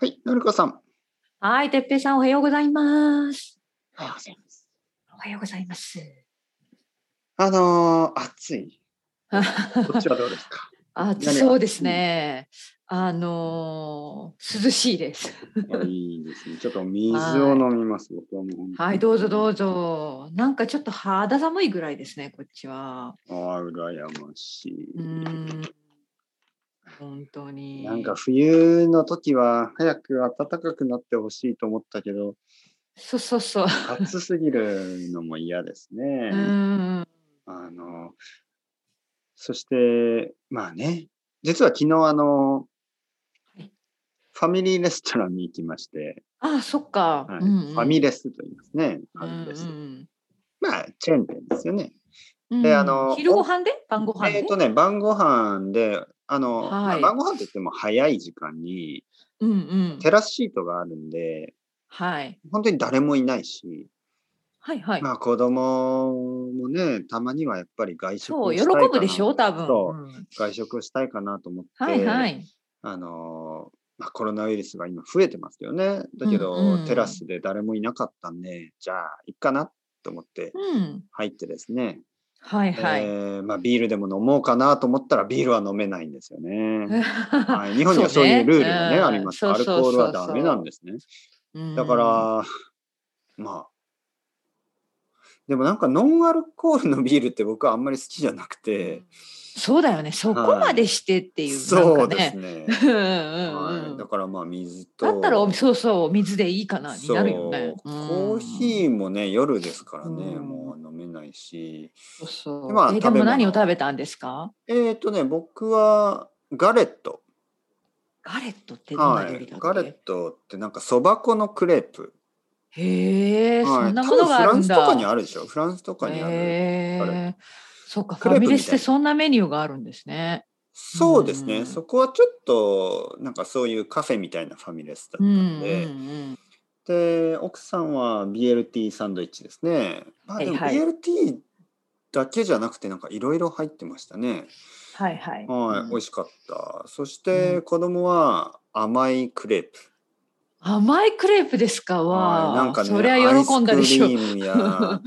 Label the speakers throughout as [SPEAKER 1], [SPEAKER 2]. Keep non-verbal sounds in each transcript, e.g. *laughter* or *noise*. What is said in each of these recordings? [SPEAKER 1] はい、のりこさん。
[SPEAKER 2] はい、てっぺいさんおはようございます。
[SPEAKER 1] おはようございます。
[SPEAKER 2] おはようございます。
[SPEAKER 1] あのー、暑
[SPEAKER 2] *laughs*
[SPEAKER 1] い。こっちはどうですか
[SPEAKER 2] あ、
[SPEAKER 1] 何が
[SPEAKER 2] そうですね。あのー涼しいです。
[SPEAKER 1] あいいですね。ちょっと水を飲みます。僕はもう本当に。
[SPEAKER 2] はい、どうぞどうぞ。なんかちょっと肌寒いぐらいですね、こっちは。
[SPEAKER 1] ああ、羨ましい。
[SPEAKER 2] うーん。本当に。
[SPEAKER 1] なんか冬の時は早く暖かくなってほしいと思ったけど、
[SPEAKER 2] そうそうそう。
[SPEAKER 1] 暑すぎるのも嫌です
[SPEAKER 2] う
[SPEAKER 1] ね。
[SPEAKER 2] ーん。
[SPEAKER 1] あの、そして、まあね、実は昨日あの
[SPEAKER 2] はい、
[SPEAKER 1] ファミリーレストランに行きまして、
[SPEAKER 2] あ、そっか。
[SPEAKER 1] はい
[SPEAKER 2] うんう
[SPEAKER 1] フ
[SPEAKER 2] ん
[SPEAKER 1] ァミレスと言いますね。フ
[SPEAKER 2] う
[SPEAKER 1] ァミレス。
[SPEAKER 2] ん
[SPEAKER 1] まあ、チェーン店ですよね。
[SPEAKER 2] うん。
[SPEAKER 1] であの
[SPEAKER 2] 昼ご飯で晩ご飯で、
[SPEAKER 1] えっ、とね、晩ご飯で、あの、
[SPEAKER 2] はい
[SPEAKER 1] まあ晩ご飯といっても早い時間に、
[SPEAKER 2] うんうん
[SPEAKER 1] テラスシートがあるんで、
[SPEAKER 2] はい
[SPEAKER 1] 本当に誰もいないし、
[SPEAKER 2] はいはい、
[SPEAKER 1] まあ子供もね、たまにはやっぱり外食
[SPEAKER 2] そ
[SPEAKER 1] を
[SPEAKER 2] う
[SPEAKER 1] し
[SPEAKER 2] 喜
[SPEAKER 1] たいかな
[SPEAKER 2] ぶでしょう多分
[SPEAKER 1] そう
[SPEAKER 2] うん
[SPEAKER 1] 外食をしたいかなと思って、
[SPEAKER 2] はいはい、
[SPEAKER 1] あのー、まあ、コロナウイルスが今増えてますよね。だけど、
[SPEAKER 2] うんうん
[SPEAKER 1] テラスで誰もいなかったんで、じゃあ、いっかなと思って
[SPEAKER 2] うん、
[SPEAKER 1] 入ってですね、
[SPEAKER 2] はいはい、
[SPEAKER 1] えーまあ、ビールでも飲もうかなと思ったら、ビールは飲めないんですよ
[SPEAKER 2] *laughs*
[SPEAKER 1] ね。はい、日本にはそういうルールがね、あります。アルコールはダメなん
[SPEAKER 2] で
[SPEAKER 1] ですね。
[SPEAKER 2] す
[SPEAKER 1] だから、まあ、でもなんかノンアルコールのビールって僕はあんまり好きじゃなくて、
[SPEAKER 2] そうだよねそこまでしてっていう、
[SPEAKER 1] そ
[SPEAKER 2] な
[SPEAKER 1] うん
[SPEAKER 2] か
[SPEAKER 1] ですね。
[SPEAKER 2] ねうん *laughs* うんうん
[SPEAKER 1] はい、だからまあ水と。
[SPEAKER 2] だったらおそうそうお水でいいかなになるよね
[SPEAKER 1] そうコーヒーもね夜ですからね、
[SPEAKER 2] うん
[SPEAKER 1] もう飲めないし
[SPEAKER 2] ーそう、
[SPEAKER 1] まあ食
[SPEAKER 2] えー
[SPEAKER 1] べ
[SPEAKER 2] でも
[SPEAKER 1] 物
[SPEAKER 2] 何を食べたんですか
[SPEAKER 1] えっ、とね僕はガレット
[SPEAKER 2] ガレットってどん
[SPEAKER 1] は
[SPEAKER 2] な料理
[SPEAKER 1] い
[SPEAKER 2] だっけ、
[SPEAKER 1] ガレットってなんかそば粉のクレープ、
[SPEAKER 2] へえ、
[SPEAKER 1] はい
[SPEAKER 2] そんなものがある
[SPEAKER 1] 多分フラ
[SPEAKER 2] んだ
[SPEAKER 1] ンスとかにあるでしょフランスとかにある、
[SPEAKER 2] へ
[SPEAKER 1] あれ
[SPEAKER 2] えそうか
[SPEAKER 1] クレ
[SPEAKER 2] フ
[SPEAKER 1] ー
[SPEAKER 2] ァ
[SPEAKER 1] プみ
[SPEAKER 2] ミ
[SPEAKER 1] たい
[SPEAKER 2] レスってそんなメニューがあるんですね
[SPEAKER 1] そうですね、
[SPEAKER 2] うん
[SPEAKER 1] そこはちょっとなんかそういうカフェみたいなファミレスだった
[SPEAKER 2] うん
[SPEAKER 1] ん
[SPEAKER 2] うん
[SPEAKER 1] で、
[SPEAKER 2] うん
[SPEAKER 1] で奥さんは BLT サンドイッチですねまあでも
[SPEAKER 2] はいはい
[SPEAKER 1] BLT だけじゃなくてなんかいろいろ入ってましたね、
[SPEAKER 2] はいはい
[SPEAKER 1] はい、
[SPEAKER 2] うん
[SPEAKER 1] 美味しかった。そして、
[SPEAKER 2] うん
[SPEAKER 1] 子供は甘いクレープ。
[SPEAKER 2] 甘いクレープですか
[SPEAKER 1] は
[SPEAKER 2] わ
[SPEAKER 1] い、
[SPEAKER 2] あ、
[SPEAKER 1] なんかね、
[SPEAKER 2] そりゃ喜んだでしょ
[SPEAKER 1] アイスクリーム
[SPEAKER 2] *laughs*
[SPEAKER 1] や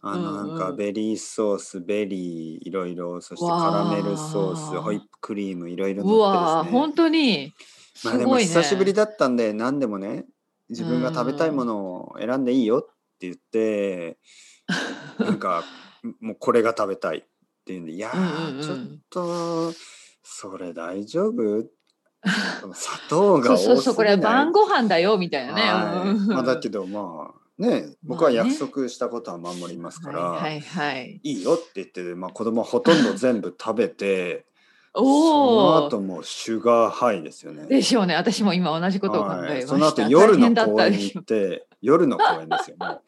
[SPEAKER 1] あの
[SPEAKER 2] うん
[SPEAKER 1] な
[SPEAKER 2] うんん
[SPEAKER 1] かベリーソース、ベリーいろいろ、そしてカ
[SPEAKER 2] わあ
[SPEAKER 1] ラメルソース、ホイップクリームいろいろ
[SPEAKER 2] う
[SPEAKER 1] 乗っ
[SPEAKER 2] わ
[SPEAKER 1] て
[SPEAKER 2] あ
[SPEAKER 1] ですね。
[SPEAKER 2] 本当にす
[SPEAKER 1] まあでも
[SPEAKER 2] ごいね、
[SPEAKER 1] 久しぶりだったんで何でもね、自分が食べたいものを選んでいいよって言って、なん
[SPEAKER 2] *laughs*
[SPEAKER 1] かもうこれが食べたいっていうんで、いやー、
[SPEAKER 2] うんうんうん
[SPEAKER 1] ちょっとそれ大丈夫砂糖
[SPEAKER 2] そ
[SPEAKER 1] が多
[SPEAKER 2] う
[SPEAKER 1] すぎ
[SPEAKER 2] そ
[SPEAKER 1] ないう
[SPEAKER 2] そうこれは晩ご飯だよみたいなね、
[SPEAKER 1] はい
[SPEAKER 2] うん
[SPEAKER 1] まあ、だけどまあね僕は約束したことは守りますから、
[SPEAKER 2] はいはいはい
[SPEAKER 1] いいよって言って、まあ、子供はほとんど全部食べてその
[SPEAKER 2] お
[SPEAKER 1] 後
[SPEAKER 2] お
[SPEAKER 1] もうシュガーハイですよね。
[SPEAKER 2] でしょうね私も今同じことを考えました、
[SPEAKER 1] はい、その後夜
[SPEAKER 2] 大変だ
[SPEAKER 1] の
[SPEAKER 2] っ
[SPEAKER 1] 公
[SPEAKER 2] た
[SPEAKER 1] 園
[SPEAKER 2] で
[SPEAKER 1] に
[SPEAKER 2] し
[SPEAKER 1] 行
[SPEAKER 2] ょ
[SPEAKER 1] っ
[SPEAKER 2] う
[SPEAKER 1] て夜の公園ですよもう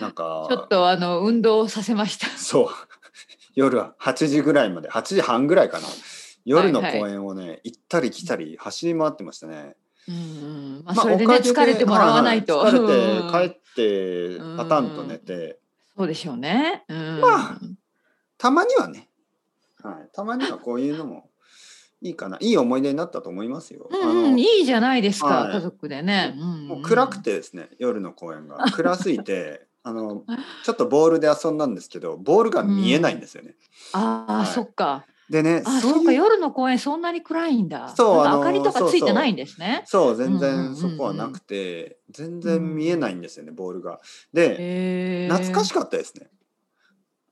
[SPEAKER 1] なんか
[SPEAKER 2] ちょっとあの運動させました
[SPEAKER 1] そう。夜は8時ぐらいまで、8時半ぐらいかな。夜の
[SPEAKER 2] はいはい
[SPEAKER 1] 公園をね、行ったり来たり走り回ってましたね。
[SPEAKER 2] うんうんまあ、それでね、
[SPEAKER 1] おかげ
[SPEAKER 2] 疲れてもらわないと、
[SPEAKER 1] はは
[SPEAKER 2] うん
[SPEAKER 1] 疲れて、帰って、パタンと寝て、
[SPEAKER 2] そうでしょうね、うん、
[SPEAKER 1] またまにはね、はい、たまにはこういうのもいいかな。いい思い出になったと思いますよ。
[SPEAKER 2] うんうん、
[SPEAKER 1] あ
[SPEAKER 2] いいじゃないですか、
[SPEAKER 1] はい
[SPEAKER 2] 家族でね。うん
[SPEAKER 1] のもう暗くてですね、夜の公
[SPEAKER 2] *laughs*
[SPEAKER 1] 園が。暗すぎて、あの、ちょっとボールで遊んだんですけど、ボールが見えないんですよね。
[SPEAKER 2] ああ、
[SPEAKER 1] はい
[SPEAKER 2] そっか。
[SPEAKER 1] でね、
[SPEAKER 2] あ
[SPEAKER 1] そう
[SPEAKER 2] そっ
[SPEAKER 1] いう
[SPEAKER 2] か、夜の公園、そんなに暗いんだ。
[SPEAKER 1] そう
[SPEAKER 2] なんか
[SPEAKER 1] あの
[SPEAKER 2] 明かりとかついてないんですね。
[SPEAKER 1] そう全
[SPEAKER 2] うんうんうんう
[SPEAKER 1] 然
[SPEAKER 2] ん
[SPEAKER 1] そこはなくて、全然見えないんですよねボールが。で
[SPEAKER 2] へえ
[SPEAKER 1] 懐かしかったですね。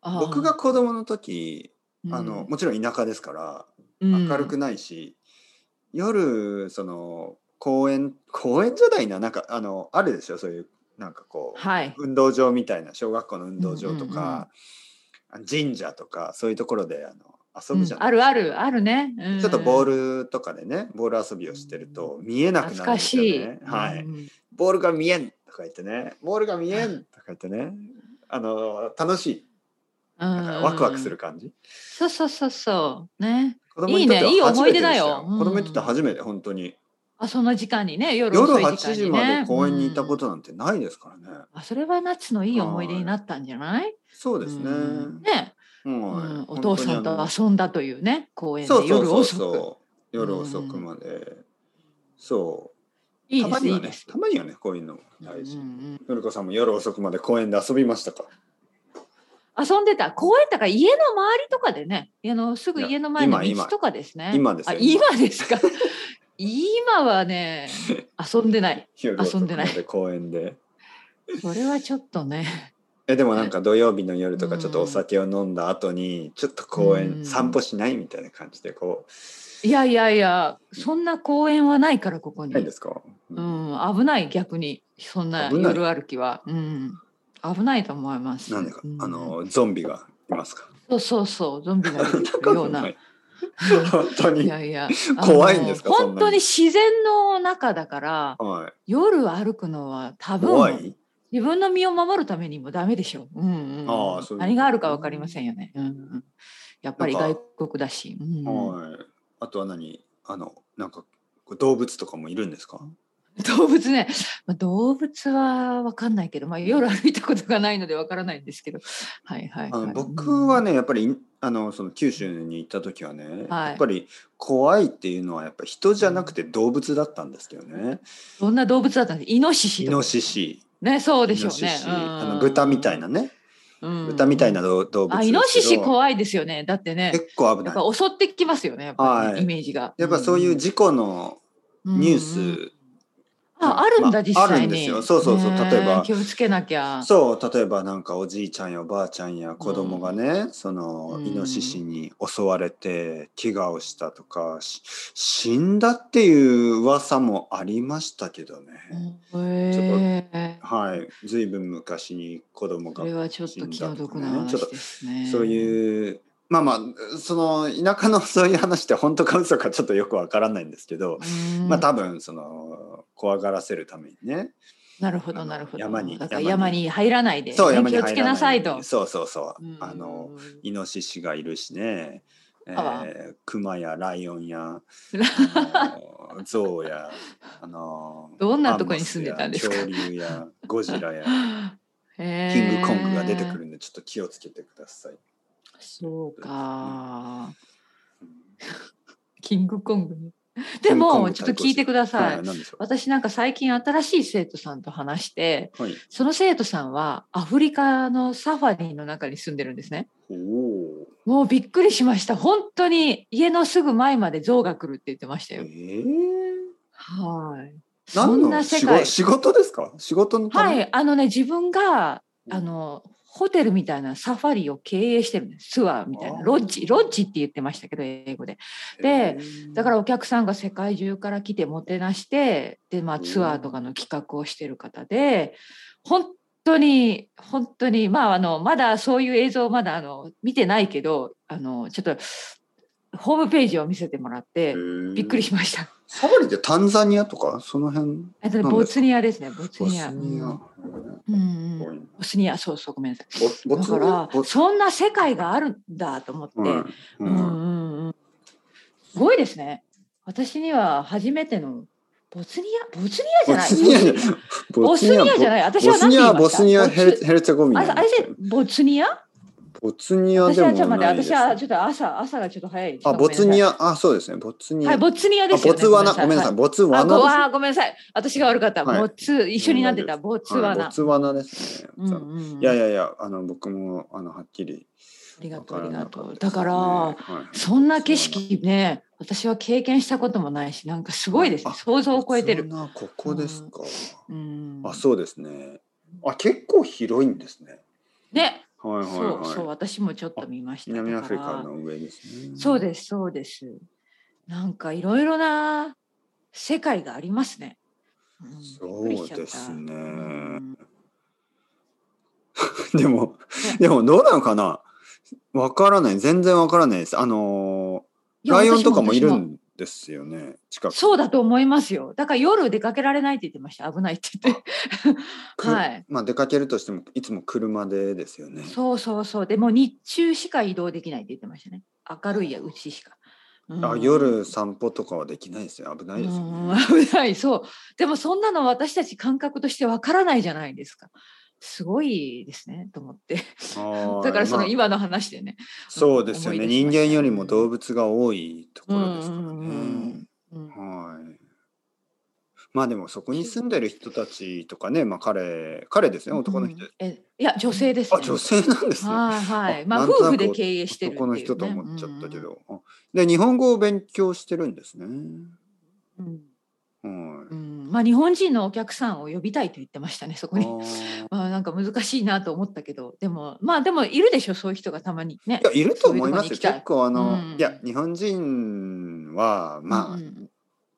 [SPEAKER 2] あー
[SPEAKER 1] 僕が子供の時あの、もちろん田舎ですから
[SPEAKER 2] うん
[SPEAKER 1] 明るくないし、夜その公園公園じゃないななんかあのあるでしょそういうなんかこう、
[SPEAKER 2] はい。
[SPEAKER 1] 運動場みたいな小学校の運動場と
[SPEAKER 2] うんうんうん
[SPEAKER 1] か、神社とかそういうところであの遊ぶじゃ
[SPEAKER 2] うん
[SPEAKER 1] ない、
[SPEAKER 2] あるある、あるね。うん
[SPEAKER 1] ちょっとボールとかでねボール遊びをしてると見えなくなる
[SPEAKER 2] 懐
[SPEAKER 1] ん
[SPEAKER 2] か
[SPEAKER 1] ですよね。
[SPEAKER 2] しい。
[SPEAKER 1] はい、
[SPEAKER 2] うん
[SPEAKER 1] ボールが見えんとか言ってね、ボールが見えんとか言ってね、あの楽しい、なんかワクワクする。感じ。
[SPEAKER 2] そうそうそうそう。ね。
[SPEAKER 1] 子供にとってはい
[SPEAKER 2] いねいい
[SPEAKER 1] 初
[SPEAKER 2] 思
[SPEAKER 1] め
[SPEAKER 2] い
[SPEAKER 1] て
[SPEAKER 2] 出
[SPEAKER 1] で
[SPEAKER 2] だ
[SPEAKER 1] した
[SPEAKER 2] よ
[SPEAKER 1] よ。
[SPEAKER 2] うん
[SPEAKER 1] 子供にとっては初めて、本当に。
[SPEAKER 2] あ、その時間にね、夜
[SPEAKER 1] 夜
[SPEAKER 2] 遅い
[SPEAKER 1] 8
[SPEAKER 2] 時間
[SPEAKER 1] 時
[SPEAKER 2] に
[SPEAKER 1] ま
[SPEAKER 2] ね
[SPEAKER 1] で公園にいたことなんてないですからね。
[SPEAKER 2] うんあそれは夏のいい思い出になったんじゃない
[SPEAKER 1] そうですね。
[SPEAKER 2] うんね、
[SPEAKER 1] もう
[SPEAKER 2] うん、
[SPEAKER 1] 本
[SPEAKER 2] お
[SPEAKER 1] 当に
[SPEAKER 2] 父さん
[SPEAKER 1] あ
[SPEAKER 2] と
[SPEAKER 1] の
[SPEAKER 2] 遊んだというね、公園
[SPEAKER 1] そう
[SPEAKER 2] で
[SPEAKER 1] そう
[SPEAKER 2] 夜
[SPEAKER 1] そう
[SPEAKER 2] 遅く。
[SPEAKER 1] そう。夜遅くまで。そ
[SPEAKER 2] いい
[SPEAKER 1] た
[SPEAKER 2] で、
[SPEAKER 1] ますに
[SPEAKER 2] い
[SPEAKER 1] はいね
[SPEAKER 2] です。
[SPEAKER 1] たまにはねこういうの
[SPEAKER 2] うん
[SPEAKER 1] 大事、
[SPEAKER 2] うん
[SPEAKER 1] のりこさんも夜遅くまで公園で遊びましたか
[SPEAKER 2] うん遊んでた公園とか家の周りとかでね家のすぐ家の前の
[SPEAKER 1] いや今
[SPEAKER 2] 道とかですね
[SPEAKER 1] 今ですよ
[SPEAKER 2] あ今です
[SPEAKER 1] *laughs*
[SPEAKER 2] か今はね遊んでない
[SPEAKER 1] 夜遅く
[SPEAKER 2] 遊んで
[SPEAKER 1] ま
[SPEAKER 2] な
[SPEAKER 1] で公園で
[SPEAKER 2] それはちょっとね
[SPEAKER 1] えでもなんか土曜日の夜とかちょっとお酒を飲んだ後にちょっと公園、
[SPEAKER 2] うん
[SPEAKER 1] 散歩しないみたいな感じでこ
[SPEAKER 2] いやいやいやそんな公園はないからここ
[SPEAKER 1] う
[SPEAKER 2] に
[SPEAKER 1] ないですか、う
[SPEAKER 2] うんん、危ない逆にそんな
[SPEAKER 1] 危ない
[SPEAKER 2] 夜歩きは、うん、危ないと思います。
[SPEAKER 1] なんでか、
[SPEAKER 2] う
[SPEAKER 1] あのゾンビがいますか
[SPEAKER 2] そうそうそうゾンビが出てくるよう
[SPEAKER 1] *laughs*
[SPEAKER 2] な。
[SPEAKER 1] はい本当
[SPEAKER 2] *laughs* い
[SPEAKER 1] に
[SPEAKER 2] やいや
[SPEAKER 1] 怖いんですか
[SPEAKER 2] あの
[SPEAKER 1] そんなに
[SPEAKER 2] 本当に自然の中だから
[SPEAKER 1] はい
[SPEAKER 2] 夜歩くのは多
[SPEAKER 1] 怖
[SPEAKER 2] 分
[SPEAKER 1] い
[SPEAKER 2] 自分の身を守るためにもダメでしょう。うんうん、
[SPEAKER 1] ああそういうこと
[SPEAKER 2] 何があるかわかりませんよね。うんうん、やっぱり
[SPEAKER 1] なん
[SPEAKER 2] 外
[SPEAKER 1] か
[SPEAKER 2] 国だし。うんうん、
[SPEAKER 1] はい。あとは何あのなんかこう動物とかもいるんですか？
[SPEAKER 2] 動物ね、まあ、動物はわかんないけど、まあ、夜歩いたことがないのでわからないんですけど、はいはい
[SPEAKER 1] あ
[SPEAKER 2] はい、
[SPEAKER 1] の僕はねやっぱりいあのその九州に行った時はね、
[SPEAKER 2] はい
[SPEAKER 1] やっぱり怖いっていうのはやっぱ人じゃなくて動物だったんですけどね。
[SPEAKER 2] どんな動物だったんですかイノシシ
[SPEAKER 1] イ
[SPEAKER 2] とか
[SPEAKER 1] ノシシ、
[SPEAKER 2] ねそうで
[SPEAKER 1] イ
[SPEAKER 2] しょ
[SPEAKER 1] ノ
[SPEAKER 2] う
[SPEAKER 1] シ
[SPEAKER 2] ね
[SPEAKER 1] シ、
[SPEAKER 2] うん
[SPEAKER 1] あの豚みたいなね、
[SPEAKER 2] うん
[SPEAKER 1] 豚みたいなど動物
[SPEAKER 2] あイノシシ
[SPEAKER 1] い。
[SPEAKER 2] 怖いですよねだってね
[SPEAKER 1] 結構危
[SPEAKER 2] や
[SPEAKER 1] な
[SPEAKER 2] っ
[SPEAKER 1] い。
[SPEAKER 2] ぱ襲ってきますよねやっぱりね、
[SPEAKER 1] はい
[SPEAKER 2] イメージが
[SPEAKER 1] やっぱそういう事故のニュース、
[SPEAKER 2] うんうんああるん
[SPEAKER 1] ま
[SPEAKER 2] だ
[SPEAKER 1] あ
[SPEAKER 2] 実際
[SPEAKER 1] ある
[SPEAKER 2] に、
[SPEAKER 1] んですよそうそうそう
[SPEAKER 2] ね
[SPEAKER 1] 例えば
[SPEAKER 2] 気をつけなきゃ
[SPEAKER 1] そう例えばなんかおじいちゃんやおばあちゃんや子供がね、その
[SPEAKER 2] うん
[SPEAKER 1] イノシシに襲われて怪我をしたとかし死んだっていう噂もありましたけどね、
[SPEAKER 2] うんへえ
[SPEAKER 1] はいずいぶん昔に子供
[SPEAKER 2] そ
[SPEAKER 1] が
[SPEAKER 2] れはちょっと気の毒な話ですね
[SPEAKER 1] そういうまあまあその田舎のそういう話って本当か嘘かちょっとよくわからないんですけど、
[SPEAKER 2] うん
[SPEAKER 1] まあ多分その怖がらせるためにね
[SPEAKER 2] なるほ
[SPEAKER 1] あ
[SPEAKER 2] ど
[SPEAKER 1] の
[SPEAKER 2] なるほど
[SPEAKER 1] 山に
[SPEAKER 2] だから
[SPEAKER 1] 山
[SPEAKER 2] 山
[SPEAKER 1] に
[SPEAKER 2] に入らないで、
[SPEAKER 1] そう山に入
[SPEAKER 2] 気を
[SPEAKER 1] らな
[SPEAKER 2] つ
[SPEAKER 1] い
[SPEAKER 2] けなさいと、
[SPEAKER 1] そうそうそう、
[SPEAKER 2] うん
[SPEAKER 1] あのイノシシがいるしね、え
[SPEAKER 2] あ
[SPEAKER 1] ー、クマやライオンや、
[SPEAKER 2] ラ
[SPEAKER 1] あの
[SPEAKER 2] *laughs*
[SPEAKER 1] ーゾウや、あのー
[SPEAKER 2] *laughs* どんなとこに住んでたんですか
[SPEAKER 1] マンモスや恐竜やゴジ
[SPEAKER 2] *laughs*
[SPEAKER 1] ラやキ
[SPEAKER 2] キ
[SPEAKER 1] ングコングが出てくるんでちょっと気をつけてください。
[SPEAKER 2] そう
[SPEAKER 1] か
[SPEAKER 2] か。キングコングね。で
[SPEAKER 1] キングコング対
[SPEAKER 2] も、ちょっと聞いてください。
[SPEAKER 1] はい、なんでしょう。
[SPEAKER 2] 私なんか最近新しい生徒さんと話して、
[SPEAKER 1] はい。
[SPEAKER 2] その生徒さんはアフリカのサファリの中に住んでるんですね。
[SPEAKER 1] おお。
[SPEAKER 2] もうびっくりしました。本当に家のすぐ前まで象が来るって言ってました
[SPEAKER 1] ええ
[SPEAKER 2] よ。
[SPEAKER 1] ー。
[SPEAKER 2] はい。そ
[SPEAKER 1] 何
[SPEAKER 2] んな
[SPEAKER 1] の
[SPEAKER 2] 世
[SPEAKER 1] 仕
[SPEAKER 2] 界
[SPEAKER 1] 事。仕事ですか？仕事のため。
[SPEAKER 2] はい。あのね、自分が、
[SPEAKER 1] うん
[SPEAKER 2] あの、ホテルみたいなサファリを経営してるんです。ツアーみたい
[SPEAKER 1] あ
[SPEAKER 2] な。
[SPEAKER 1] ー
[SPEAKER 2] ロッジ、ロッジって言ってましたけど、英語で。
[SPEAKER 1] え
[SPEAKER 2] で
[SPEAKER 1] ー
[SPEAKER 2] だからお客さんが世界中から来てもてなしてで、まあ、
[SPEAKER 1] うん
[SPEAKER 2] ツアーとかの企画をしてる方で本当に本当にまああのまだそういう映像まだあの見てないけどあのちょっとホームページを見せてもらって
[SPEAKER 1] えー
[SPEAKER 2] びっくりし
[SPEAKER 1] *laughs*
[SPEAKER 2] ました。
[SPEAKER 1] サファリでタンザニアとかその辺。
[SPEAKER 2] えっとね
[SPEAKER 1] なんだ
[SPEAKER 2] ボツニアですねボツ
[SPEAKER 1] ボ
[SPEAKER 2] ニ
[SPEAKER 1] ス
[SPEAKER 2] ア。
[SPEAKER 1] ニア。
[SPEAKER 2] うんうん
[SPEAKER 1] ボ
[SPEAKER 2] うんボスニアそうそうごめんなさい。
[SPEAKER 1] ボ
[SPEAKER 2] だ
[SPEAKER 1] ツ
[SPEAKER 2] か
[SPEAKER 1] ニア
[SPEAKER 2] ら
[SPEAKER 1] ボス
[SPEAKER 2] そんな世界があるんだと思って、
[SPEAKER 1] うんう
[SPEAKER 2] うん
[SPEAKER 1] ん
[SPEAKER 2] うんうんすごいですね。私には初めてのボツニアボツニアじゃない。
[SPEAKER 1] ボツニアじゃ
[SPEAKER 2] ボスニアじゃない。私は
[SPEAKER 1] ボス
[SPEAKER 2] 何て
[SPEAKER 1] ニ
[SPEAKER 2] 言い
[SPEAKER 1] ア、
[SPEAKER 2] ました
[SPEAKER 1] ボスニア、ヘル
[SPEAKER 2] ボツ
[SPEAKER 1] ヘルツェゴビナ。
[SPEAKER 2] ああれでボツニア？
[SPEAKER 1] ボツニア
[SPEAKER 2] 私
[SPEAKER 1] で
[SPEAKER 2] はちょっと
[SPEAKER 1] も
[SPEAKER 2] 待っ
[SPEAKER 1] ない
[SPEAKER 2] て。
[SPEAKER 1] です
[SPEAKER 2] 私
[SPEAKER 1] ね。
[SPEAKER 2] はちょっと朝朝がちょっと早い。
[SPEAKER 1] あ、ボツニ
[SPEAKER 2] ア。
[SPEAKER 1] ア、あ、そうですね。ボツニア。
[SPEAKER 2] はい、ボツニアですよ、
[SPEAKER 1] あボ
[SPEAKER 2] ね。
[SPEAKER 1] ツワナ、ごめんなさい。
[SPEAKER 2] は。
[SPEAKER 1] ボツ
[SPEAKER 2] あ
[SPEAKER 1] ワ
[SPEAKER 2] ご
[SPEAKER 1] ナ
[SPEAKER 2] あごめんなさい。私が悪かった。
[SPEAKER 1] はい
[SPEAKER 2] ボツ一緒になってた。ボ
[SPEAKER 1] です
[SPEAKER 2] ツ
[SPEAKER 1] ね。は
[SPEAKER 2] ワ
[SPEAKER 1] いボ
[SPEAKER 2] ナ。
[SPEAKER 1] ツワナですね。
[SPEAKER 2] うんうん、
[SPEAKER 1] いやいやいや、あの、僕も、あの、はっきり。
[SPEAKER 2] ありが
[SPEAKER 1] わ
[SPEAKER 2] と
[SPEAKER 1] か
[SPEAKER 2] うあ
[SPEAKER 1] ら
[SPEAKER 2] り
[SPEAKER 1] な
[SPEAKER 2] が
[SPEAKER 1] った
[SPEAKER 2] と
[SPEAKER 1] です
[SPEAKER 2] う。
[SPEAKER 1] ね
[SPEAKER 2] だから、
[SPEAKER 1] はい
[SPEAKER 2] そんな景色ね、私は経験したこともないし、なんかすごいですね。
[SPEAKER 1] あ
[SPEAKER 2] 想像を超えてる
[SPEAKER 1] ボ。ツワナここですか。
[SPEAKER 2] うん。
[SPEAKER 1] あ、そうですね。あ、結構広いんですね。
[SPEAKER 2] ね、
[SPEAKER 1] はいはい
[SPEAKER 2] そうそ
[SPEAKER 1] は
[SPEAKER 2] う、
[SPEAKER 1] い。
[SPEAKER 2] 私もちょっと見ました。
[SPEAKER 1] 南
[SPEAKER 2] だ
[SPEAKER 1] ア
[SPEAKER 2] か
[SPEAKER 1] フリ
[SPEAKER 2] ら
[SPEAKER 1] カの上ですね。
[SPEAKER 2] そうです、そうです。なんかいろいろな世界がありますね。うん
[SPEAKER 1] そうですね。
[SPEAKER 2] びっくりしちゃったうん
[SPEAKER 1] で
[SPEAKER 2] *laughs*
[SPEAKER 1] も、でもどうなのかなわからない。全然わからないです。あの
[SPEAKER 2] い
[SPEAKER 1] ー、
[SPEAKER 2] や
[SPEAKER 1] ライオンとかもいる
[SPEAKER 2] 私私
[SPEAKER 1] んですよね。近く。
[SPEAKER 2] そうだと思いますよ。だから夜出かけられないって言ってました。危ないって言って。
[SPEAKER 1] く
[SPEAKER 2] はい。
[SPEAKER 1] まあ出かけるとしても、いつも車でですよね。
[SPEAKER 2] そうそうそう。でも日中しか移動できないって言ってましたね。明るいやうちしか。うん
[SPEAKER 1] あ夜散歩とかはできないですよ。危ないですよ
[SPEAKER 2] う
[SPEAKER 1] ね。
[SPEAKER 2] ん危ないそうでもそんなの私たち感覚としてわからないじゃないですかすごいですねと思って
[SPEAKER 1] あー
[SPEAKER 2] だからそ
[SPEAKER 1] まあ
[SPEAKER 2] の今の話でね、
[SPEAKER 1] そうですよ
[SPEAKER 2] 思
[SPEAKER 1] ね。
[SPEAKER 2] い出し
[SPEAKER 1] 人
[SPEAKER 2] ました
[SPEAKER 1] 間よりも動物が多いところですから
[SPEAKER 2] うんうんうん
[SPEAKER 1] ね。
[SPEAKER 2] うん
[SPEAKER 1] はい。まあでもそこに住んでる人たちとかね、まあ、彼彼ですね男の人、
[SPEAKER 2] うんえいや女性です、ね、
[SPEAKER 1] あ女性なんですね。
[SPEAKER 2] はいはいま
[SPEAKER 1] あな
[SPEAKER 2] あ
[SPEAKER 1] んとなく
[SPEAKER 2] 夫婦で経営してるっていう、
[SPEAKER 1] 男
[SPEAKER 2] ね、
[SPEAKER 1] の人と思っちゃったけど、あで日本語を勉強してるんですね。
[SPEAKER 2] うん、うん
[SPEAKER 1] は
[SPEAKER 2] う
[SPEAKER 1] い
[SPEAKER 2] んまあ日本人のお客さんを呼びたいと言ってましたねそこに
[SPEAKER 1] あ
[SPEAKER 2] まあなんか難しいなと思ったけどでもまあでもいるでしょそういう人がたまにね
[SPEAKER 1] ーいやいると思いますよ
[SPEAKER 2] そういうとこに行きたい
[SPEAKER 1] 結構あの、
[SPEAKER 2] うん
[SPEAKER 1] いや日本人はまあ、
[SPEAKER 2] うんうん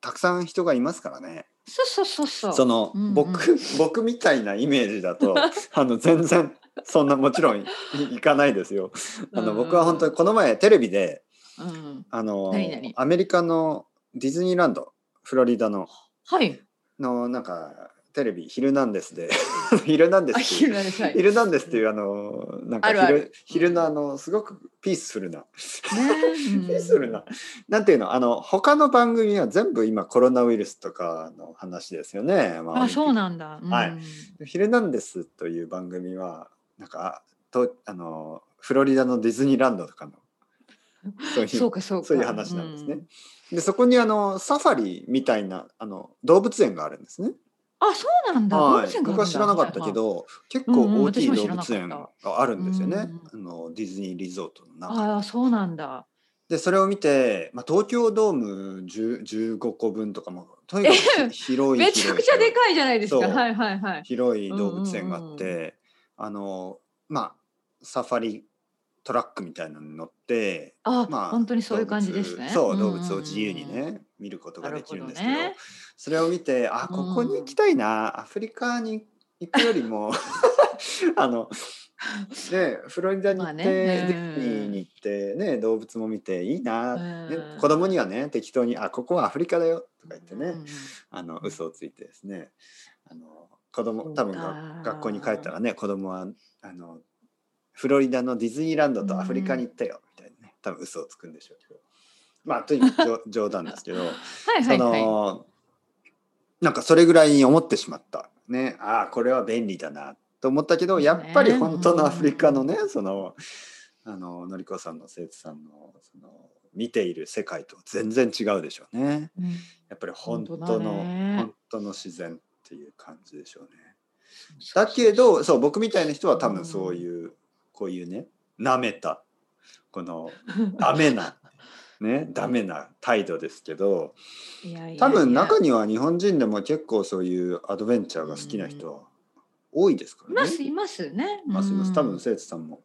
[SPEAKER 1] たくさん人がいますからね。
[SPEAKER 2] そうそうそうそう
[SPEAKER 1] その、
[SPEAKER 2] うんうん
[SPEAKER 1] 僕僕みたいなイメージだ
[SPEAKER 2] *laughs*
[SPEAKER 1] とあの全然そんなもちろんいいかないですよ。あの僕は本当にこの前テレビで
[SPEAKER 2] うん
[SPEAKER 1] あの
[SPEAKER 2] 何々
[SPEAKER 1] アメリカのディズニーランドフロリダの
[SPEAKER 2] はい
[SPEAKER 1] のなんかテレビ「ヒルナンデス」で *laughs* 「ヒルナンデス
[SPEAKER 2] あ
[SPEAKER 1] っていう」
[SPEAKER 2] 昼寝さい
[SPEAKER 1] ヒ
[SPEAKER 2] ね
[SPEAKER 1] ルナンデスっていうあのなんか
[SPEAKER 2] あ
[SPEAKER 1] 昼
[SPEAKER 2] るある
[SPEAKER 1] 昼のあのすごくピースフルな、
[SPEAKER 2] うん
[SPEAKER 1] ピ *laughs* ースフルななんていうのあの他の番組は全部今コロナウイルスとかの話ですよね。ま
[SPEAKER 2] あそうなんだ、うん
[SPEAKER 1] はいヒルナンデスという番組はなんかとあのフロリダのディズニーランドとかのそういう
[SPEAKER 2] *laughs* そうかそうか
[SPEAKER 1] そういう話なんですね。でそこにあのサファリみたいなあの動物園があるんですね。
[SPEAKER 2] あそうなんだ動
[SPEAKER 1] は
[SPEAKER 2] 物園がある
[SPEAKER 1] い、
[SPEAKER 2] んだ
[SPEAKER 1] 僕は知らなかったけど結構大きい動物園があるんですよね、
[SPEAKER 2] うんうん
[SPEAKER 1] あのディズニーリゾートの中に
[SPEAKER 2] ああそうなんだ
[SPEAKER 1] でそれを見て、まあ、東京ドーム10 15個分とかもとにかくひ広い
[SPEAKER 2] めちゃくちゃで
[SPEAKER 1] い
[SPEAKER 2] かいじゃないですか
[SPEAKER 1] そう
[SPEAKER 2] はいはいはい
[SPEAKER 1] 広い動物園があって、
[SPEAKER 2] うんう
[SPEAKER 1] あのまあサファリトラックみたいなのに乗って
[SPEAKER 2] あ、
[SPEAKER 1] まあ、
[SPEAKER 2] 本当にそういう感じですね。
[SPEAKER 1] 動物そう動
[SPEAKER 2] ん
[SPEAKER 1] 物を自由にね、。見ることができるんですけど
[SPEAKER 2] なるほどね
[SPEAKER 1] それを見てあここに行きたいな、アフリカに行くより
[SPEAKER 2] *laughs*
[SPEAKER 1] もあのねフロリダに行って、
[SPEAKER 2] まあねうん
[SPEAKER 1] ディズニーに行ってね動物も見ていいな、ね、
[SPEAKER 2] うん
[SPEAKER 1] 子供にはね適当に「あここはアフリカだよ」とか言ってね、
[SPEAKER 2] うん
[SPEAKER 1] あの嘘をついてですねあの子
[SPEAKER 2] そ
[SPEAKER 1] 供
[SPEAKER 2] う
[SPEAKER 1] 多分
[SPEAKER 2] か
[SPEAKER 1] が学校に帰ったらね子供はあのフロリダのディズニーランドとアフリカに行ったよみたいなね多分嘘をつくんでしょうけどまあとにかく冗
[SPEAKER 2] *laughs*
[SPEAKER 1] 冗談ですけど
[SPEAKER 2] はいは
[SPEAKER 1] そ
[SPEAKER 2] いは
[SPEAKER 1] のなんかそれぐらいに思ってしまったねああこれは便利だなと思ったけど
[SPEAKER 2] ね
[SPEAKER 1] やっぱり本当のアフリカのねそのあののりこさんの生徒さんのその見ている世界と全然違うでしょうね。
[SPEAKER 2] いうん。
[SPEAKER 1] やっぱり本当の
[SPEAKER 2] 本当だね
[SPEAKER 1] 本当の自然っていう感じでしょうね。だけどそう僕みたいな人は多分そういう、こういうねなめたこのダメなねダメな態度ですけど
[SPEAKER 2] いやいやいや
[SPEAKER 1] 多分中には日本人でも結構そういうアドベンチャーが好きな人は多いですか
[SPEAKER 2] い
[SPEAKER 1] ら
[SPEAKER 2] ま
[SPEAKER 1] ね。
[SPEAKER 2] すいますね。
[SPEAKER 1] まあすいます
[SPEAKER 2] うん
[SPEAKER 1] 多分生徒さんも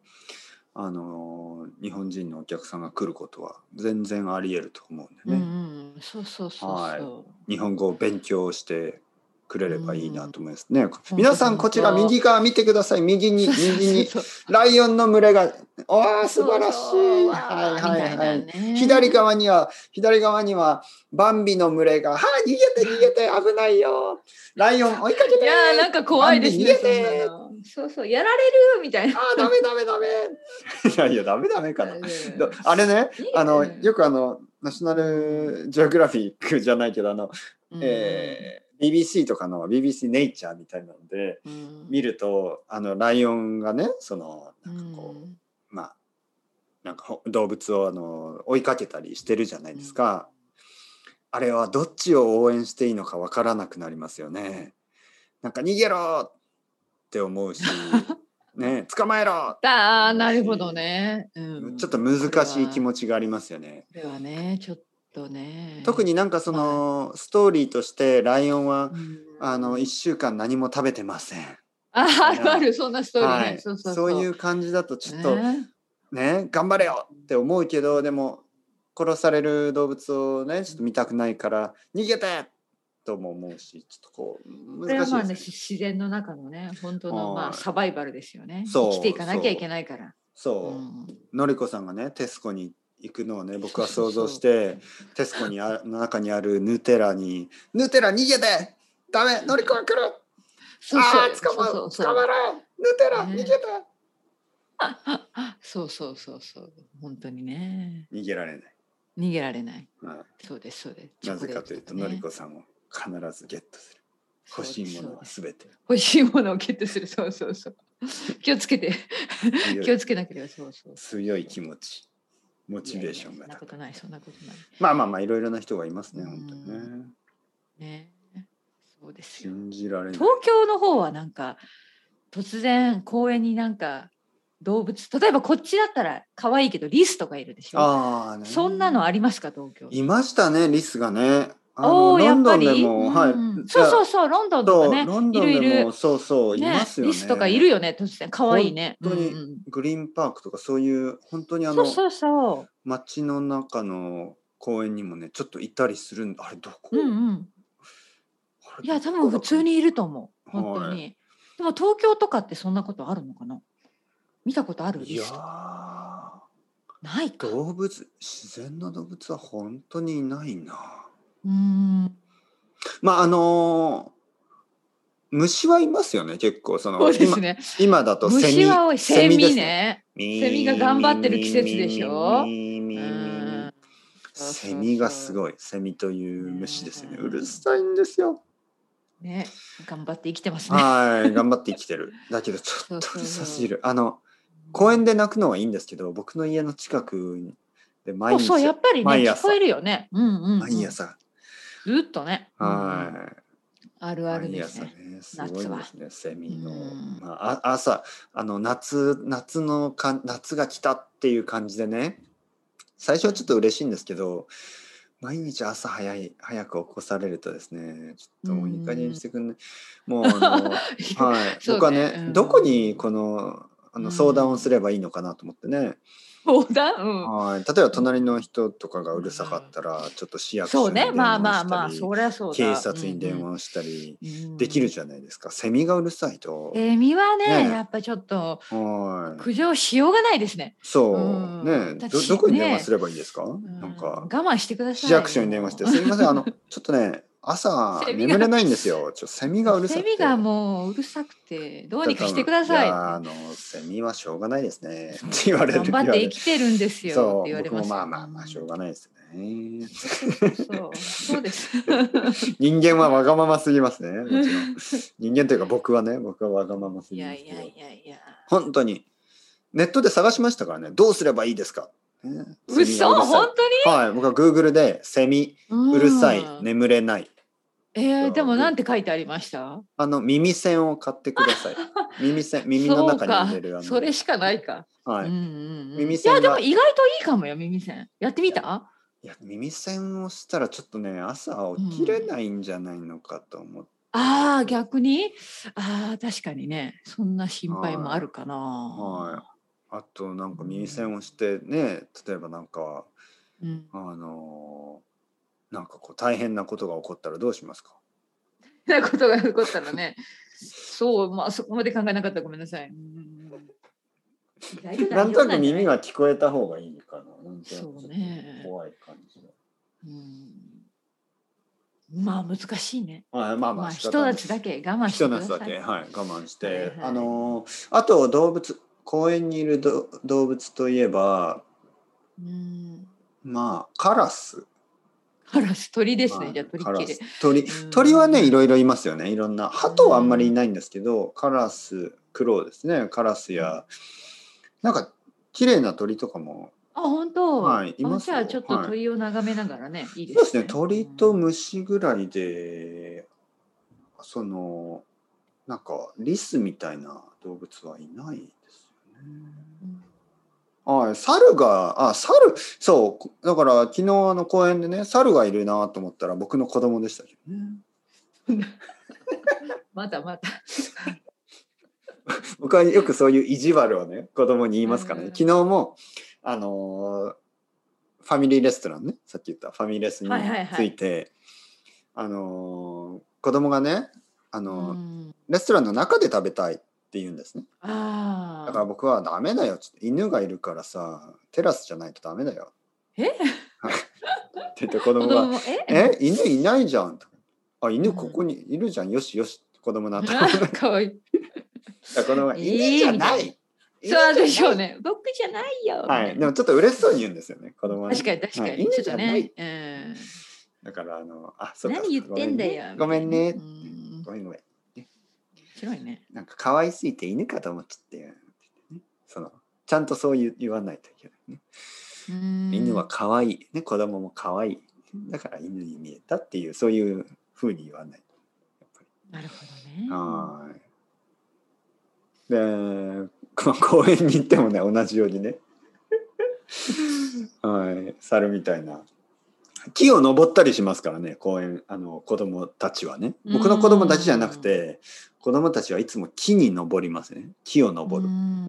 [SPEAKER 1] あのー日本人のお客さんが来ることは全然あり得ると思うん
[SPEAKER 2] う
[SPEAKER 1] でね。
[SPEAKER 2] んうんそうそうそうそ
[SPEAKER 1] 日本語を勉強してくれればいいなと思いますね。
[SPEAKER 2] 当
[SPEAKER 1] 皆さんこちら
[SPEAKER 2] 本当
[SPEAKER 1] 右側見てください。右
[SPEAKER 2] う。
[SPEAKER 1] に
[SPEAKER 2] そう *laughs* そうそう
[SPEAKER 1] 右にライオンの群れが、わあ素晴らしい。
[SPEAKER 2] そう
[SPEAKER 1] はいはいは
[SPEAKER 2] み
[SPEAKER 1] い。
[SPEAKER 2] たいなね
[SPEAKER 1] 左側には左側にはバンビの群れが、はい逃げて逃げて危ないよ。ライオ *laughs* ン追いかけ
[SPEAKER 2] い
[SPEAKER 1] て。
[SPEAKER 2] やーなんか怖いです
[SPEAKER 1] バン
[SPEAKER 2] ね
[SPEAKER 1] ビ逃げて。
[SPEAKER 2] そんなのそうそうやられるみたいな
[SPEAKER 1] ああダメダメダメ。 *laughs* いやいやダメダメかな。ど
[SPEAKER 2] *laughs*
[SPEAKER 1] あれね
[SPEAKER 2] 逃げて、
[SPEAKER 1] あのよくあのナショナルジオグラフィックじゃないけどあのえー BBC とかの BBC ネイチャーみたいなので見
[SPEAKER 2] 見
[SPEAKER 1] るとあのライオンがねそのなんかこう、
[SPEAKER 2] う
[SPEAKER 1] まあなんかほ動物をあの追いかけたりしてるじゃないですか、あれはどっちを応援していいのかわからなくなりますよねなんか逃げろって思 *laughs* うしね捕まえろ
[SPEAKER 2] だあーなるほどね、うん、
[SPEAKER 1] ちょっと難しい気持ちがありますよね。
[SPEAKER 2] ではねちょっとね
[SPEAKER 1] 特になんかそのストーリーとしてライオンは
[SPEAKER 2] うん
[SPEAKER 1] あの1週間何も食べてません。
[SPEAKER 2] ああるあるそんなストーリーね、
[SPEAKER 1] はい、
[SPEAKER 2] そ
[SPEAKER 1] そうう
[SPEAKER 2] そう
[SPEAKER 1] いう感じだとちょっとね
[SPEAKER 2] ね
[SPEAKER 1] 頑張れよって思うけどでも殺される動物をねちょっと見たくないから逃げてとも思うしちょっとこう
[SPEAKER 2] これ
[SPEAKER 1] 難
[SPEAKER 2] は
[SPEAKER 1] しい
[SPEAKER 2] まあね
[SPEAKER 1] ですね。
[SPEAKER 2] 自然の中のね本当のま
[SPEAKER 1] は
[SPEAKER 2] あ
[SPEAKER 1] い
[SPEAKER 2] サバイバルですよね
[SPEAKER 1] そう
[SPEAKER 2] 生きていかなきゃいけないから
[SPEAKER 1] そう、
[SPEAKER 2] うん
[SPEAKER 1] のりこさんがねテスコに行くの
[SPEAKER 2] *laughs*
[SPEAKER 1] をね僕は
[SPEAKER 2] そ
[SPEAKER 1] 想
[SPEAKER 2] うそうそう
[SPEAKER 1] 像してテスコにあの中にあるヌテラに「ヌテラ逃げてダメのりこが来る
[SPEAKER 2] そう
[SPEAKER 1] あ
[SPEAKER 2] そう
[SPEAKER 1] ー捕ま
[SPEAKER 2] そううそう
[SPEAKER 1] 捕まれヌテラ逃
[SPEAKER 2] ね
[SPEAKER 1] げて!」
[SPEAKER 2] そうそうそうそう本当にね
[SPEAKER 1] 逃げられない。
[SPEAKER 2] 逃げられない
[SPEAKER 1] はい
[SPEAKER 2] そうですそうです
[SPEAKER 1] なぜかというと、
[SPEAKER 2] チョコ
[SPEAKER 1] の
[SPEAKER 2] レ
[SPEAKER 1] り
[SPEAKER 2] ート
[SPEAKER 1] こ
[SPEAKER 2] ね
[SPEAKER 1] さんを必ずゲットする。欲しいものはすべて。
[SPEAKER 2] 欲しいものをゲットするそうそうそう *laughs* 気をつけて
[SPEAKER 1] 強い
[SPEAKER 2] 気をつけなければそうそう
[SPEAKER 1] 強い気持ち、モチベーションが
[SPEAKER 2] いやいやそんな
[SPEAKER 1] 高
[SPEAKER 2] こ
[SPEAKER 1] い。
[SPEAKER 2] とないそんなことない
[SPEAKER 1] まあまあまあ、いろいろな人がいますね、
[SPEAKER 2] うん
[SPEAKER 1] 本当にね。
[SPEAKER 2] ねそうですよ。
[SPEAKER 1] 信じられない
[SPEAKER 2] 東。京の方はなんか突然公園になんか動物例えばこっちだったら可愛いけどリスとかいるでしょ
[SPEAKER 1] ああ、ね
[SPEAKER 2] そんなのありますか東京
[SPEAKER 1] いましたね、リスがね。あ
[SPEAKER 2] お
[SPEAKER 1] の
[SPEAKER 2] おー
[SPEAKER 1] ロ
[SPEAKER 2] やっ
[SPEAKER 1] ン
[SPEAKER 2] ぱ
[SPEAKER 1] ドンで
[SPEAKER 2] り、
[SPEAKER 1] も、はい。
[SPEAKER 2] うんそうそうそうロンドンと
[SPEAKER 1] そう
[SPEAKER 2] かね
[SPEAKER 1] ロンドンでも
[SPEAKER 2] いるいる
[SPEAKER 1] そうそう、いますよね。
[SPEAKER 2] リスとかいるよね突然可愛いね
[SPEAKER 1] 本当に
[SPEAKER 2] うんうん
[SPEAKER 1] グリーンパークとかそういう本当にあ
[SPEAKER 2] そ
[SPEAKER 1] の
[SPEAKER 2] うそうそう
[SPEAKER 1] 街の中の公園にもねちょっといたりするんあれどこ、
[SPEAKER 2] うんうん
[SPEAKER 1] あれ
[SPEAKER 2] いや
[SPEAKER 1] ど
[SPEAKER 2] 多
[SPEAKER 1] こだ
[SPEAKER 2] 分普通にいると思う
[SPEAKER 1] はい
[SPEAKER 2] 本当に、でも東京とかってそんなことあるのかな見たことある
[SPEAKER 1] い
[SPEAKER 2] リ
[SPEAKER 1] や
[SPEAKER 2] スとか
[SPEAKER 1] ー
[SPEAKER 2] ないかう
[SPEAKER 1] 動物自然の動物は本当にいないな
[SPEAKER 2] ーん
[SPEAKER 1] まああのー虫はいますよね結構その
[SPEAKER 2] そうですね
[SPEAKER 1] 今今だとセミ
[SPEAKER 2] 虫は多いセミ
[SPEAKER 1] です
[SPEAKER 2] ね
[SPEAKER 1] セ
[SPEAKER 2] ミが頑張ってる季節でしょうんそうそうそう
[SPEAKER 1] セミがすごいセミという虫ですよね
[SPEAKER 2] うん
[SPEAKER 1] うるさいんですよ
[SPEAKER 2] ね頑張って生きてますね
[SPEAKER 1] はい頑張って生きてるだけどちょっとうるさすぎるあの公園で鳴くのはいいんですけど僕の家の近くで
[SPEAKER 2] そ
[SPEAKER 1] 毎
[SPEAKER 2] う
[SPEAKER 1] 日
[SPEAKER 2] そうやっぱりね
[SPEAKER 1] 毎
[SPEAKER 2] 聞
[SPEAKER 1] 朝
[SPEAKER 2] こえるよねうんうん、うん、
[SPEAKER 1] 毎朝
[SPEAKER 2] ずっとね、うん
[SPEAKER 1] はい
[SPEAKER 2] あるある
[SPEAKER 1] 毎
[SPEAKER 2] で
[SPEAKER 1] 朝
[SPEAKER 2] すね
[SPEAKER 1] ねすごいですねセミの、
[SPEAKER 2] うん
[SPEAKER 1] まあ、あ朝あの夏夏のか夏が来たっていう感じでね最初はちょっと嬉しいんですけど毎日朝早い早く起こされるとですねちょっともういい加減にしてくんね、もうあ
[SPEAKER 2] *laughs*
[SPEAKER 1] の、はい、
[SPEAKER 2] そうね
[SPEAKER 1] 僕はね、
[SPEAKER 2] うん
[SPEAKER 1] どこにこのあ
[SPEAKER 2] う
[SPEAKER 1] の
[SPEAKER 2] ん
[SPEAKER 1] 相談をすればいいのかなと思ってね、
[SPEAKER 2] *laughs* そうだうん
[SPEAKER 1] はい例えば隣の人とかがうるさかったらちょっと市役所
[SPEAKER 2] そ
[SPEAKER 1] に
[SPEAKER 2] う
[SPEAKER 1] 電
[SPEAKER 2] ね
[SPEAKER 1] 話
[SPEAKER 2] まあまあまあ
[SPEAKER 1] したり
[SPEAKER 2] そりゃそうだ
[SPEAKER 1] 警察に電話をしたり。
[SPEAKER 2] うんうん
[SPEAKER 1] できるじゃないですか。セミがうるさいと。
[SPEAKER 2] セミはね
[SPEAKER 1] ね
[SPEAKER 2] やっぱちょっと
[SPEAKER 1] はい。
[SPEAKER 2] 苦情しようがないですね。
[SPEAKER 1] そうう。
[SPEAKER 2] ん
[SPEAKER 1] ね
[SPEAKER 2] だ
[SPEAKER 1] ど
[SPEAKER 2] って
[SPEAKER 1] どこに電
[SPEAKER 2] ね
[SPEAKER 1] 話すればいいですか、
[SPEAKER 2] う
[SPEAKER 1] なん
[SPEAKER 2] 我
[SPEAKER 1] か、
[SPEAKER 2] 慢してください。
[SPEAKER 1] 市役所に電話して、すみません、あの、ちょっとね、朝
[SPEAKER 2] セミが
[SPEAKER 1] 眠れないんですよ。ちょっとセミがうるさ
[SPEAKER 2] セ
[SPEAKER 1] くて。
[SPEAKER 2] ミがもううるさくてどうにかしてください。
[SPEAKER 1] やあの、セミはしょうがないですね。って言われる。
[SPEAKER 2] 頑張って生
[SPEAKER 1] き
[SPEAKER 2] きてるんですよっ
[SPEAKER 1] そ
[SPEAKER 2] て
[SPEAKER 1] う、
[SPEAKER 2] 言われ
[SPEAKER 1] 僕
[SPEAKER 2] ま
[SPEAKER 1] も
[SPEAKER 2] す。
[SPEAKER 1] まあまあまあ、しょうがないですね。
[SPEAKER 2] そうそうです。
[SPEAKER 1] 人間はわがまますぎますね。もちろ
[SPEAKER 2] *laughs*
[SPEAKER 1] ん。人間というか、僕はね、僕はわがまます
[SPEAKER 2] い
[SPEAKER 1] ぎま
[SPEAKER 2] や
[SPEAKER 1] すけ
[SPEAKER 2] い
[SPEAKER 1] ど。
[SPEAKER 2] やいやいや。
[SPEAKER 1] 本当にネットで探しましたからねどうすればいいですか、ねセミがう
[SPEAKER 2] 嘘
[SPEAKER 1] るさい
[SPEAKER 2] 本
[SPEAKER 1] はい僕は Google で「セミ
[SPEAKER 2] 当に。
[SPEAKER 1] うるさい
[SPEAKER 2] うん
[SPEAKER 1] 眠れない
[SPEAKER 2] えーでもなんて書いてありました？」
[SPEAKER 1] あの耳栓を買ってくだ
[SPEAKER 2] *laughs*
[SPEAKER 1] さい耳栓耳の中に入れる
[SPEAKER 2] そう
[SPEAKER 1] あ
[SPEAKER 2] か
[SPEAKER 1] の
[SPEAKER 2] それしかないか。
[SPEAKER 1] はい、
[SPEAKER 2] う
[SPEAKER 1] い
[SPEAKER 2] んうんうん
[SPEAKER 1] 耳
[SPEAKER 2] い
[SPEAKER 1] 栓が
[SPEAKER 2] やでも意外といいかもよ耳栓やってみた
[SPEAKER 1] や耳栓をしたらちょっとね朝起きれないんじゃないのかと思って、
[SPEAKER 2] ああ逆にああ確かにねそんな心配もあるかな、
[SPEAKER 1] はいあとなんか耳栓をしてね例えばなんか
[SPEAKER 2] うん、
[SPEAKER 1] あのーなんかこう大変なことが起こったらどうしますか
[SPEAKER 2] そんなことが起こったらねそうまあそこまで考えなかったごめんなさい、うん大丈夫
[SPEAKER 1] なんとなく
[SPEAKER 2] 大丈夫
[SPEAKER 1] 耳が聞こえた方がいいかな。なんとなくちょっ
[SPEAKER 2] そ
[SPEAKER 1] と
[SPEAKER 2] うね
[SPEAKER 1] 怖い感じが。
[SPEAKER 2] うんまあ難しいね
[SPEAKER 1] あまあま
[SPEAKER 2] ま
[SPEAKER 1] あ、
[SPEAKER 2] あ
[SPEAKER 1] 仕
[SPEAKER 2] 人
[SPEAKER 1] 方ない
[SPEAKER 2] たちだけ我慢して
[SPEAKER 1] 人
[SPEAKER 2] く
[SPEAKER 1] な
[SPEAKER 2] だ
[SPEAKER 1] し
[SPEAKER 2] さ
[SPEAKER 1] だ
[SPEAKER 2] い
[SPEAKER 1] け、はい、我慢して。
[SPEAKER 2] はいはい
[SPEAKER 1] あのーあと動物、公園にいるど動物といえば、
[SPEAKER 2] うん
[SPEAKER 1] まあ、カラス。
[SPEAKER 2] カラス鳥ですね、
[SPEAKER 1] はい
[SPEAKER 2] じゃあ鳥
[SPEAKER 1] カ
[SPEAKER 2] っ
[SPEAKER 1] ラ
[SPEAKER 2] きり
[SPEAKER 1] ス鳥
[SPEAKER 2] うん
[SPEAKER 1] 鳥はね、いろいろいますよね。いろんな。鳩はあんまりいないんですけど、カラス、クロウですね。カラスや、なんか、綺麗な鳥とかも。
[SPEAKER 2] あ本当、
[SPEAKER 1] はいい
[SPEAKER 2] あ
[SPEAKER 1] ます
[SPEAKER 2] じ
[SPEAKER 1] よ
[SPEAKER 2] ゃあちょっと鳥を眺めながらね、い、いで
[SPEAKER 1] そうですす
[SPEAKER 2] ね
[SPEAKER 1] ね、鳥と虫ぐらいで、その、なんか、リスみたいな動物はいないですよね。
[SPEAKER 2] うん
[SPEAKER 1] あ猿が、あ、猿、そう、だから昨日あの公園でね、猿がいるなと思ったら僕の子供でしたけどね。
[SPEAKER 2] まだまだ。
[SPEAKER 1] 僕はよくそういう意地悪をね、子供に言いますからね
[SPEAKER 2] う。ん
[SPEAKER 1] 昨日も、あのーファミリーレストランね、さっき言ったファミレスに
[SPEAKER 2] はいはいは
[SPEAKER 1] つ
[SPEAKER 2] い
[SPEAKER 1] いて、あのー子供がね、あのー
[SPEAKER 2] うん
[SPEAKER 1] レストランの中で食べたいって言うんですね。
[SPEAKER 2] あ
[SPEAKER 1] だから
[SPEAKER 2] あ。
[SPEAKER 1] 僕はダメだよっつって犬がいるからさ、テラスじゃないとダメだよ。
[SPEAKER 2] え
[SPEAKER 1] *laughs* はいって言って子
[SPEAKER 2] 子
[SPEAKER 1] 供
[SPEAKER 2] 供
[SPEAKER 1] が、
[SPEAKER 2] もえ
[SPEAKER 1] え、犬いないじゃん。あ、犬
[SPEAKER 2] うん
[SPEAKER 1] ここにいるじゃん。よしよし。子供なった。だか
[SPEAKER 2] *laughs* かわい
[SPEAKER 1] *laughs*
[SPEAKER 2] い。
[SPEAKER 1] ら子供が、
[SPEAKER 2] えー
[SPEAKER 1] 犬じゃな
[SPEAKER 2] み
[SPEAKER 1] い。
[SPEAKER 2] そうでしょう
[SPEAKER 1] ね。
[SPEAKER 2] ね。僕じゃないよ。
[SPEAKER 1] はい。
[SPEAKER 2] みた
[SPEAKER 1] で
[SPEAKER 2] い
[SPEAKER 1] もちょっと嬉しそうに言うんですよね、子供
[SPEAKER 2] な
[SPEAKER 1] はね。
[SPEAKER 2] *laughs* 確かに確か
[SPEAKER 1] は
[SPEAKER 2] に。
[SPEAKER 1] い
[SPEAKER 2] ちょっとね
[SPEAKER 1] 犬。
[SPEAKER 2] うん
[SPEAKER 1] だから、あの、あ、そうか。
[SPEAKER 2] 何言ってんだよ。
[SPEAKER 1] ごめん
[SPEAKER 2] み
[SPEAKER 1] ね
[SPEAKER 2] た。いなうん
[SPEAKER 1] ごめんごめん。
[SPEAKER 2] 面白いね。
[SPEAKER 1] なんか可愛すぎて犬かと思っちゃってね。その、ちゃんとそう言う言わないといけないね。
[SPEAKER 2] うん
[SPEAKER 1] 犬は可愛いね子供も可愛いだから犬に見えたっていうそういう風に言わないやっぱ
[SPEAKER 2] なるほどね。
[SPEAKER 1] はい。で、こ公園に行ってもね、同じように
[SPEAKER 2] *laughs*
[SPEAKER 1] ね。はい、猿みたいな。木を登ったりしますからね、公園、あの子供たちはね。僕の子供たちじゃなくて、子供たちはいつも木に登りますね。木を登る。
[SPEAKER 2] うん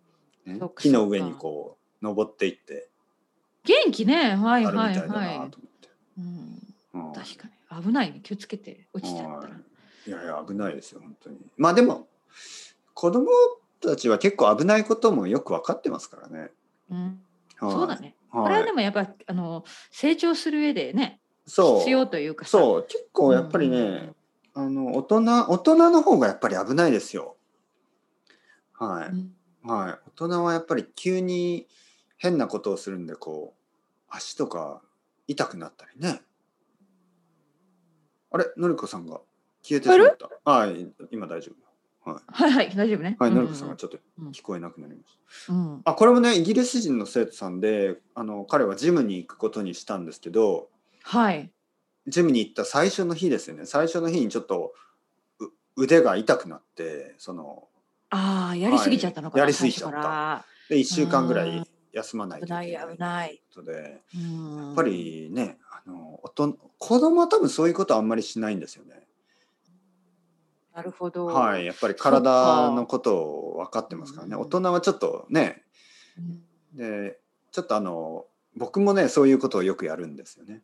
[SPEAKER 1] ね
[SPEAKER 2] そっか
[SPEAKER 1] 木の上にこう、登っていって、
[SPEAKER 2] 元気ね。は
[SPEAKER 1] あ
[SPEAKER 2] い
[SPEAKER 1] るみ
[SPEAKER 2] は
[SPEAKER 1] たい
[SPEAKER 2] い
[SPEAKER 1] だなと思
[SPEAKER 2] は
[SPEAKER 1] っ
[SPEAKER 2] い
[SPEAKER 1] て。。
[SPEAKER 2] うん、
[SPEAKER 1] うん
[SPEAKER 2] 確かに危ないね。気をつけて落ちちゃったら
[SPEAKER 1] は。いいやいや危ないですよ本当にまあでも子供たちは結構危ないこともよく分かってますからね、
[SPEAKER 2] うん、
[SPEAKER 1] はい
[SPEAKER 2] そうだね。これ
[SPEAKER 1] は
[SPEAKER 2] はいでもやっぱあの成長する上でね
[SPEAKER 1] そう
[SPEAKER 2] 必要というかさ
[SPEAKER 1] そう結構やっぱりね、あの大人大人の方がやっぱり危ないですよはい、
[SPEAKER 2] うん
[SPEAKER 1] はい大人はやっぱり急に変なことをするんでこう足とか痛くなったりねあれのりこさんが消えてしまったはい今大丈夫
[SPEAKER 2] はいはい大丈夫ね。
[SPEAKER 1] はい、
[SPEAKER 2] うん
[SPEAKER 1] の
[SPEAKER 2] うん
[SPEAKER 1] りこさんがちょっと聞こえなくなりました。
[SPEAKER 2] うん
[SPEAKER 1] あ、これもね、イギリス人の生徒さんで、あの彼はジムに行くことにしたんですけど、
[SPEAKER 2] はい。
[SPEAKER 1] ジムに行った最初の日ですよね。最初の日にちょっとう腕が痛くなって、その
[SPEAKER 2] ああやりすぎちゃったのかな。
[SPEAKER 1] はいやりすぎちゃった
[SPEAKER 2] 最初から
[SPEAKER 1] で1週間ぐらい休まないとい
[SPEAKER 2] 危
[SPEAKER 1] け
[SPEAKER 2] ない危ない。
[SPEAKER 1] ということで、
[SPEAKER 2] うん
[SPEAKER 1] やっぱりね、あの大人子供は多分そういうことはあんまりしないんですよね。
[SPEAKER 2] なるほど。
[SPEAKER 1] はい、やっぱり
[SPEAKER 2] そっ
[SPEAKER 1] 体
[SPEAKER 2] か
[SPEAKER 1] のことを分かってますからね。
[SPEAKER 2] うん
[SPEAKER 1] 大人はちょっとね、
[SPEAKER 2] うん
[SPEAKER 1] でちょっとあの僕もねそういうことをよくやるんですよね。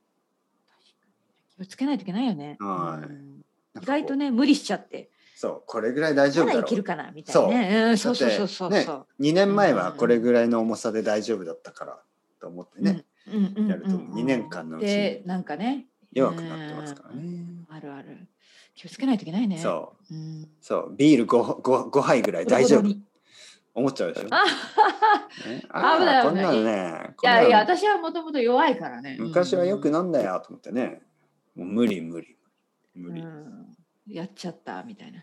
[SPEAKER 2] 気をつけないといけないよね。
[SPEAKER 1] はい
[SPEAKER 2] うん
[SPEAKER 1] なん
[SPEAKER 2] 意
[SPEAKER 1] かこう
[SPEAKER 2] 外とね無理しちゃって
[SPEAKER 1] そうこれぐらい大丈
[SPEAKER 2] ま
[SPEAKER 1] 夫だ
[SPEAKER 2] だ
[SPEAKER 1] ろ
[SPEAKER 2] いうけるかなみたいなね。うんそうそうそうそう
[SPEAKER 1] だっ
[SPEAKER 2] そ
[SPEAKER 1] て
[SPEAKER 2] う。
[SPEAKER 1] 2年前はこれぐらいの重さで大丈夫だったからと思ってね、
[SPEAKER 2] うんうんうんうん
[SPEAKER 1] やると2年間のうちに
[SPEAKER 2] でなんかね
[SPEAKER 1] 弱くなってますからね、
[SPEAKER 2] あるある気をつけないといけないね。
[SPEAKER 1] そう
[SPEAKER 2] う。ん、
[SPEAKER 1] そうビール 5, 5, 5杯ぐらい大丈
[SPEAKER 2] ほどほ
[SPEAKER 1] 夫
[SPEAKER 2] どに
[SPEAKER 1] 思っちゃうでしょ、
[SPEAKER 2] あはは
[SPEAKER 1] ねあー
[SPEAKER 2] 危ない
[SPEAKER 1] こんなのね
[SPEAKER 2] い
[SPEAKER 1] こんな
[SPEAKER 2] や
[SPEAKER 1] の
[SPEAKER 2] いや私はもともと弱いからね。
[SPEAKER 1] 昔はよく
[SPEAKER 2] な
[SPEAKER 1] 飲んだよと思ってねもう無理無理無理、
[SPEAKER 2] やっちゃったみたいな。